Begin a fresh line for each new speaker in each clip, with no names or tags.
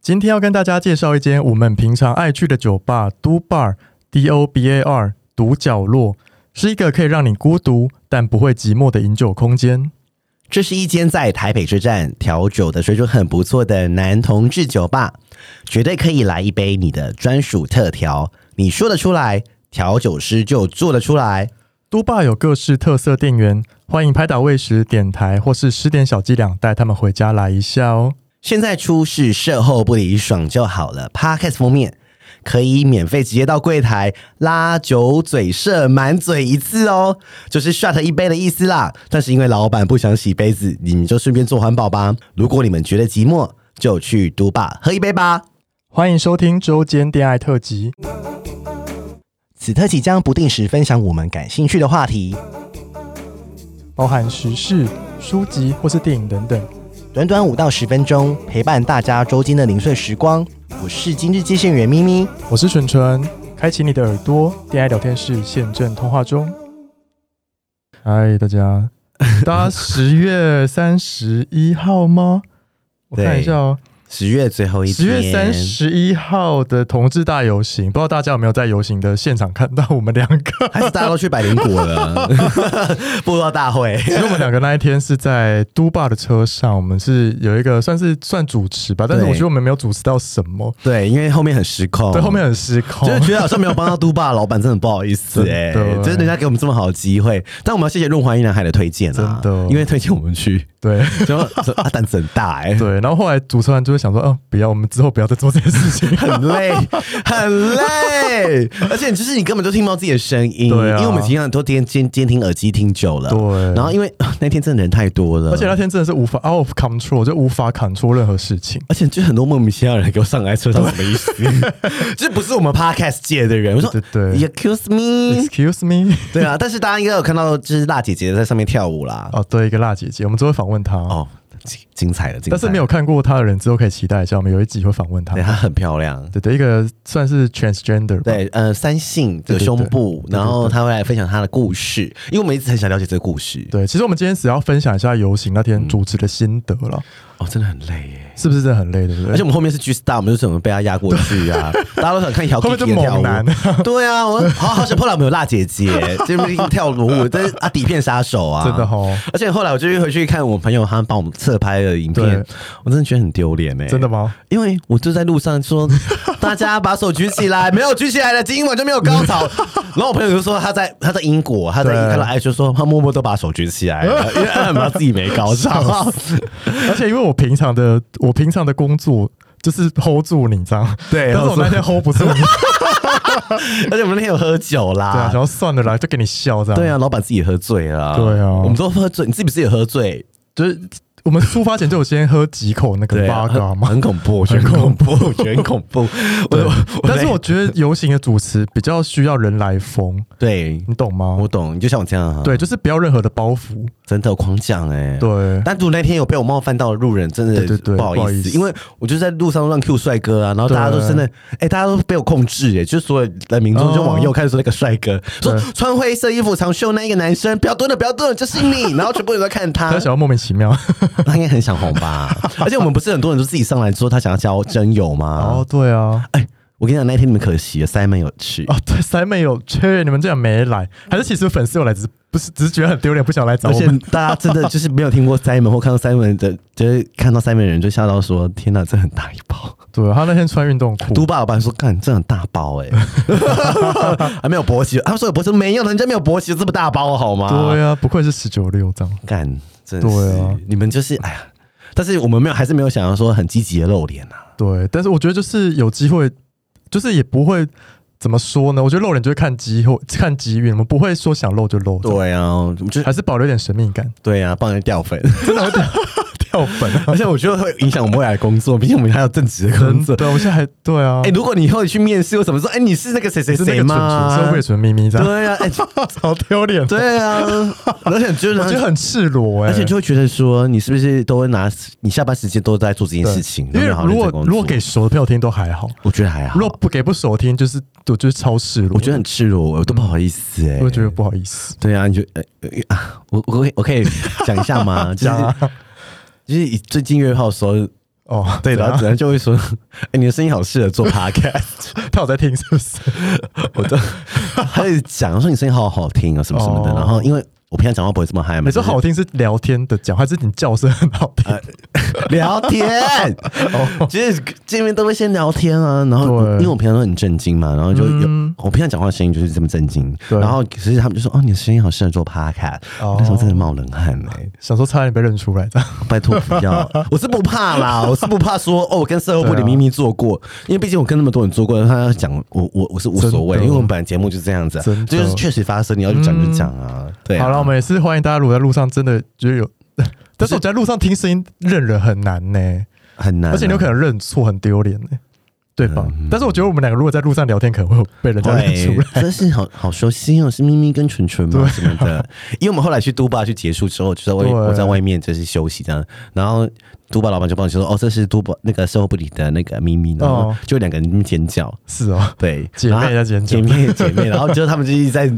今天要跟大家介绍一间我们平常爱去的酒吧 ——Do Bar D O B A R 独角落，是一个可以让你孤独但不会寂寞的饮酒空间。
这是一间在台北车站调酒的水准很不错的男同志酒吧，绝对可以来一杯你的专属特调。你说得出来，调酒师就做得出来。
都霸有各式特色店员，欢迎拍打喂食、点台或是施点小伎俩，带他们回家来一下哦。
现在出是售后不理爽就好了。Podcast 封面可以免费直接到柜台拉酒嘴射满嘴一次哦，就是 shot 一杯的意思啦。但是因为老板不想洗杯子，你们就顺便做环保吧。如果你们觉得寂寞，就去都吧喝一杯吧。
欢迎收听周间恋爱特辑，
此特辑将不定时分享我们感兴趣的话题，
包含时事、书籍或是电影等等。
短短五到十分钟，陪伴大家周间的零碎时光。我是今日接线员咪咪。
我是纯纯，开启你的耳朵，恋爱聊天室现正通话中。嗨，大家， 大家十月三十一号 吗？我看一下哦，
十月最后一
十
天，
月三十一号的同志大游行，不知道大家有没有在游行的现场看到我们两个？
还是大家都去百灵果 了，部落大会。
其实我们两个那一天是在都霸的车上，我们是有一个算是算主持吧，但是
对
我觉得我们没有主持到什么，
对，因为后面很失控，
对，后面很失控，
就是觉得好像没有帮到都霸老板，真的不好意思哎、
真的
就是人家给我们这么好的机会，但我们要谢谢润华一男孩的推荐啊，
真的
因为推荐我 们去，
对。
然后他胆子很大哎、
对，然后后来主持人就会想说，嗯，不要，我们之后不要再做这件事情。
很累， 很累，而且就是你根本就听不到自己的声音，
对啊
因为我们平常都监监监听耳机听久了，
对
然后因为 呃那天真的人太多了，
而且那天真的是无法 out of control，就无法 control 任何事情。
而且就很多莫名其妙的人给我上来车上什么意 思？这不是我们 podcast 界的人，我说
对对
You excuse me，
Excuse me，
对啊，但是大家应该有看到，就是辣姐姐在上面跳舞啦，
哦，对，一个辣姐姐，我们之后会访问她，
哦，精精彩的，精彩了
但是没有，看过她的人之后可以期待一下，我们有一集会访问她
对，。她很漂亮。
对对，一个算是 transgender，吧，
对，呃，三性
哦对
的
对
胸部，
对
然后她会来分享她的故事，因为我们一直很想了解这个故事。
对，其实我们今天只要分享一下游行那
嗯
天主持的心得了，
哦，真的很累耶，
是不是真的很累，对不对？
而且我们后面是 G Star，我们就是怎么被她压过去啊？大家都想看小 K
后面就猛男，
对啊，我好好想后来我们有辣姐姐，就是跳裸舞，但是啊底片杀手啊，
真的哦，
而且后来我就回去看我朋友他们帮我们侧拍的影片
对，
我真的觉得很丢脸哎，
真的吗？
因为我就在路上说，大家把手举起来，没有举起来的，今晚就没有高 潮。然后我朋友就说他在他在英国，他在
对
看到 I 就说他默默都把手举起来了，因为他很怕自己没高潮。
而且因为我平常的我平常的工作就是 hold 住你，这样，
对
但是我
hold 住
那天 hold 不住你，
而且我们那天有喝酒
对啊，
啦
然，后算了啦，就给你笑这样。
对啊，老板自己喝醉了，
对啊
我们都喝醉，你自己不是也喝醉？
就是我们出发前就有先喝几口那个
对
八
啊，
嘎
很
嘛。
很恐怖，很恐怖，我觉得很恐怖。我
对
我
但是我觉得游行的主持比较需要人来疯，
对
你懂吗
我？懂，你就像我这样啊，
对，就是不要任何的包袱。
真的狂讲哎，
对，
单独那天有被我冒犯到的路人，真的
对对对
不好
不好
意
意
思，
思
因为我就在路上乱 Q 帅哥啊，然后大家都真的，哎、大家都被我控制、哎，就是所有的民众就往右看，说那个帅哥，说
对
穿灰色衣服长袖那一个男生，不要蹲了，不要蹲了，就是你，然后全部人都在看
他
他
想，要莫名其 妙。
他应该很想红吧？ 而且我们不是很多人都自己上来说他想要交真友吗
哦？，对啊，
我跟你讲，那天你们可惜了，Simon 有去。
哦对，三妹有去，你们竟然没来，还是其实粉丝有来，只是不是只是觉得很丢脸，不想来找
嗯而
我
且
们。
大家真的就是没有听过 Simon 或看到 Simon 的，就是看到 Simon 的人就吓到说：“天哪，这很大一包。”
对，啊他那天穿运动裤，
都爸老板说：“干，这很大包哎、 还没有勃起。”他们说有勃起，没有，人家没有勃起，这么大包好吗？
对啊，不愧是十九六这样。
干，真的是
对啊
你们就是哎呀，但是我们没有，还是没有想要说很积极的露脸啊。
对，但是我觉得就是有机会，就是也不会怎么说呢？我觉得露脸就会看机会，看机遇，我们不会说想露就露，，
对啊，我们就
还是保留一点神秘 感，
对啊，帮人掉粉，
掉粉啊。
而且我觉得会影响我们未来的工作，毕竟我们还有正职的工作。
对，我现在还对啊，
哎、如果你以后去面试，我怎么说？哎、你是那个谁谁
是那
谁
个蠢蠢，
吗
是？魏蠢咪咪这样，
对啊，哎、
好丢脸，
对啊，而且就是
我觉得很赤裸哎，
而且就会觉得说，你是不是都会拿你下班时间都在做这件
对
事情？啊
因为
然后好好
如
认真
果
工
如果
作
给熟的朋友听都还好，
我觉得还好，
如果不给不熟听，就是我就是超赤裸，
我觉得很赤裸，我都不好意思哎、
我觉得不好意思，
对啊，你就呃呃 啊，我我可以我可以讲一下吗？就是
讲啊
就是以最近约炮的时候，
哦，
对，
怎
然后
样
子然就会说：“ 哎、你的声音好适 合做 podcast。
他有在听是不是？”
我就他就讲说：“你声音好好听哦，什么什么的。
哦
然后因为我平常讲话不会这么嗨嘛，
你说好听是聊天的讲，还是你叫声很好听？哦
聊天， 其实见面都会先聊天啊，然后
对
因为我平常都很震惊嘛，然后就有、
嗯
我平常讲话的声音就是这么震惊，
对
然后其实他们就说哦，你的声音好适合做 podcast，、
哦
那时候真的冒冷汗哎、
想说差点被认出来的。
拜托不要，我是不怕啦，我是不怕说哦，我跟社会
啊
部里咪咪做过，因为毕竟我跟那么多人做过，他要讲我我我是无所谓，
真的
因为我们本来节目就是这样子、啊
真的，
就是确实发生，你要去讲就讲啊，对啊
好了，我们也是欢迎大家，如果在路上真的觉得有，但是我在路上听声音认人很难呢、
很难啊、
而且你有可能认错，很丢脸呢，对吧？但是我觉得我们两个如果在路上聊天，可能会被人家认出来。啊
真是好好熟悉哦，是咪咪跟纯纯嘛什么的。因为我们后来去都巴去结束之后，就在外
对
我在外面就是休息这样，然后都巴老板就帮我说：“哦，这是都巴那个售后部里的那个咪咪。”然后
哦
就两个人尖叫。
是哦，
对，
姐妹
然后
在尖叫
姐妹姐妹，然 后就是他们就一直在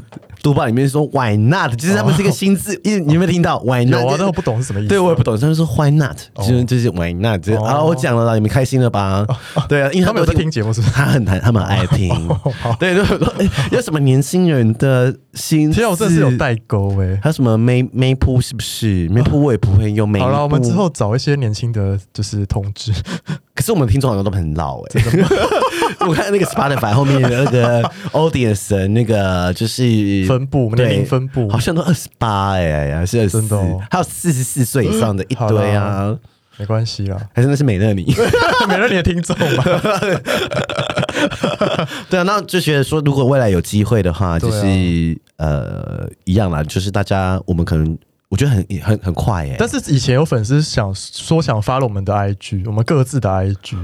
都巴里面说 “why not”，就是他们这个新字，因为你有没有听到 “why
哦有
not”？
啊，哦
就是
但我不懂是什么意思。
对，我也不懂，他们说 “why not”，就是就是 “why not”，就是
哦
啊，我讲了啦，你们开心了吧？对啊，因为
他们有在
都
听节目是不是？
他很他他们爱 听，对，就说哎有什么年轻人的心思？
其实我真的是有代沟哎、
还有什么梅梅铺是不是？梅铺我也不会用梅。
好了，我们之，后找一些年轻的，就是同志，
可是我们听众好像都很老哎、 我看那个 Spotify 后面的 那个 audience 的那个就是
分布
对
年龄分布
好像都二十八哎，还是二十
真的哦
还有四十四岁以上的一堆
好
啊，
没关系啦，
还是那是美乐你。
没了你的听众嘛。
对啊，那就觉得说，如果未来有机会的话，
对
就
啊
是、呃一样啦，就是大家我们可能我觉得很很很快耶、
但是以前有粉丝想说想发了我们的 IG，我们各自的 IG，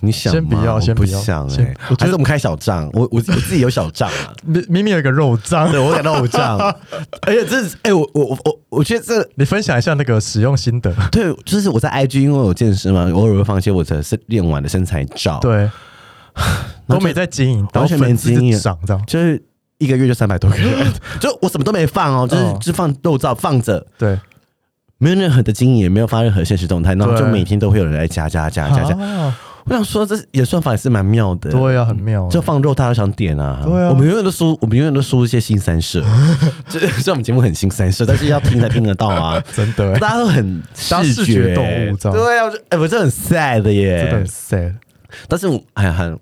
你想吗
先不要
我
先
不
不要
想哎、
先我觉得，
还是我们开小账，我我我自己有小账啊
明明明有一个肉账，
对我有肉账，啊 而且这是哎、我我我我我觉得这
你分享一下那个使用心得。
对，就是我在 IG 因为我有健身嘛，偶尔会放一些我的身练完的身材照，，
对，
那
都
就
没在经营，
完全没
然后粉丝
经营
就涨这样。
就是一个月就三百多个人， 就我什么都没放哦，就是、
哦
就放肉照放着。
对，
没有任何的经营，也没有发任何现实动态，然后就
对
每天都会有人来加加加加加。
啊
我想说，这演算法也是蛮妙的。
对啊，很妙欸。
就放肉，大家都想点啊！
对啊
我们永远都输，我们永远都输一些新三社。就虽然我们节目很新三社，但是要听才听得到啊！
真的欸，
大家都很
大家
视
视觉
觉
动物这样
对啊，我就哎，我这很 sad 的
欸真的
耶
很。sad。
但是我哎呀，很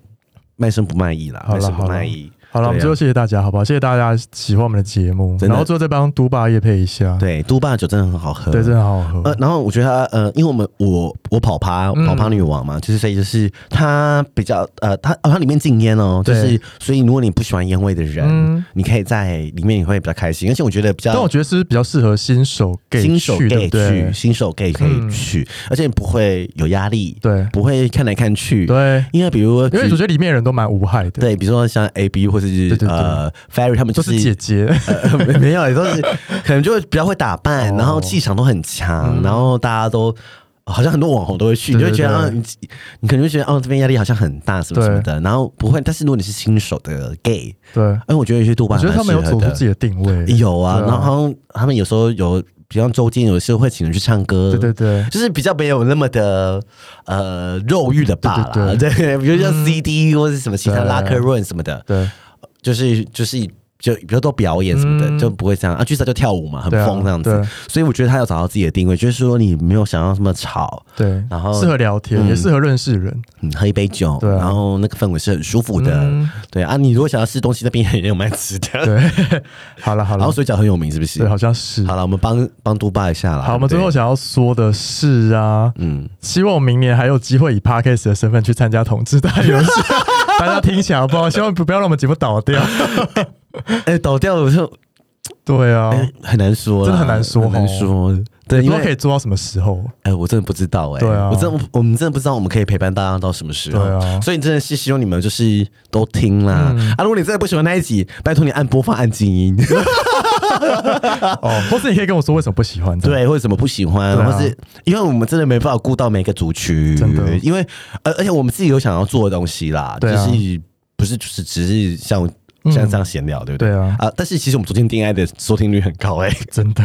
卖身不卖艺啦，
好
卖
了
身
好
不
了
卖艺。
好了，我们
对
最
啊
后谢谢大家，好不好？谢谢大家喜欢我们的节目，
真的
然后最后再帮都爸夜配一下，
对都霸的酒真的很好喝，
对，真的好好
呃
喝，，
然后我觉得他呃，因为我们我我跑趴
嗯
跑趴女王嘛，就是所以就是它比较呃，它哦它里面禁烟哦，就
对
是所以如果你不喜欢烟味的人，
嗯
你可以在里面你会比较开心，而且我觉得比
但
较
我觉得是比较适合新手 gay
新手
去，对
gay
不对嗯
去，？新手 gay 可以去，而且不会有压力，
对
不会看来看去，
对，
因为比如
因为我觉得里面人都蛮无害的，
对，比如说像 A B 或者是
对对
呃 Fairy 他们
都
就是
是姐姐，
呃 没没有，也都是可能就会比较会打扮，
哦嗯
然后气场都很强，然后大家都。好像很多网红都会去，你就
对
会觉得，啊，
对
你你可能会觉得，哦，这边压力好像很大，什么什么的，然后不会。但是如果你是新手的 gay，
对。
哎，我觉得有些 多
我
半
觉得他们有
蛮适
走
合
出
的
自己的定位，
有啊，
对啊
然后好像他们有时候有，比方周间有时候会请人去唱歌，
对对对，
就是比较没有那么的呃肉欲的罢了，
对嗯
对，比如像 CD 或者是什么其他
对
拉客润什么的，
对，
就是就是就比如都表演什么的，
嗯
就不会这样啊。聚餐就跳舞嘛，很
对啊
疯这样子。
对
所以我觉得他要找到自己的定位，就是说你没有想要这么吵，
对，
然后
适合聊天，
嗯
也适合认识人，
你喝一杯酒，
对啊
然后那个氛围是很舒服的。
嗯
对啊，你如果想要吃东西，那边也有卖吃的。
对，好了好
然后
了，
水饺很有名，是不是
对，？好像是。
好了，我们帮帮督爸一下啦。
好，我们
对
最
不
后
对
想要说的是啊，
嗯，
希望明年还有机会以 podcast 的身份去参加同志大 游戏，大家听起来好不好？希望不不要让我们节目倒掉。
哎，倒掉我就
对啊，
哎很难说啦，
真的很难说
很难
哦
说。对，
不知
因
道可以
为
做到什么时候？
哎，我真的不知道哎，
对啊
我真的我们真的不知道我们可以陪伴大家到什么时候
对。啊，嗯
所以真的是希望你们就是都听啦、啊！如果你真的不喜欢那一集，拜托你按播放按 静音，
哦，或是你可以跟我说为什么不喜欢？，
对，或者什么不喜欢，
对啊
或是因为我们真的没办法顾到每个族群，呃
真的
因为而而且我们自己有想要做的东西啦，
对啊嗯
就是不是就是只是像现在这样闲聊，对不对？
对啊，
啊，但是其实我们昨天恋爱的收听率很高哎、
真的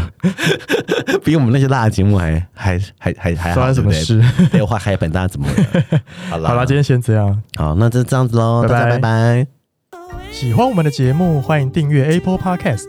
比我们那些辣的节目还还还还还好，
发生什么
对不对？
事？
废话还本大家 怎么了？好啦，
好啦，今天先这样。
好，那就这样子喽，
拜拜
大家拜拜。
喜欢我们的节目，欢迎订阅 Apple Podcast，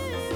拜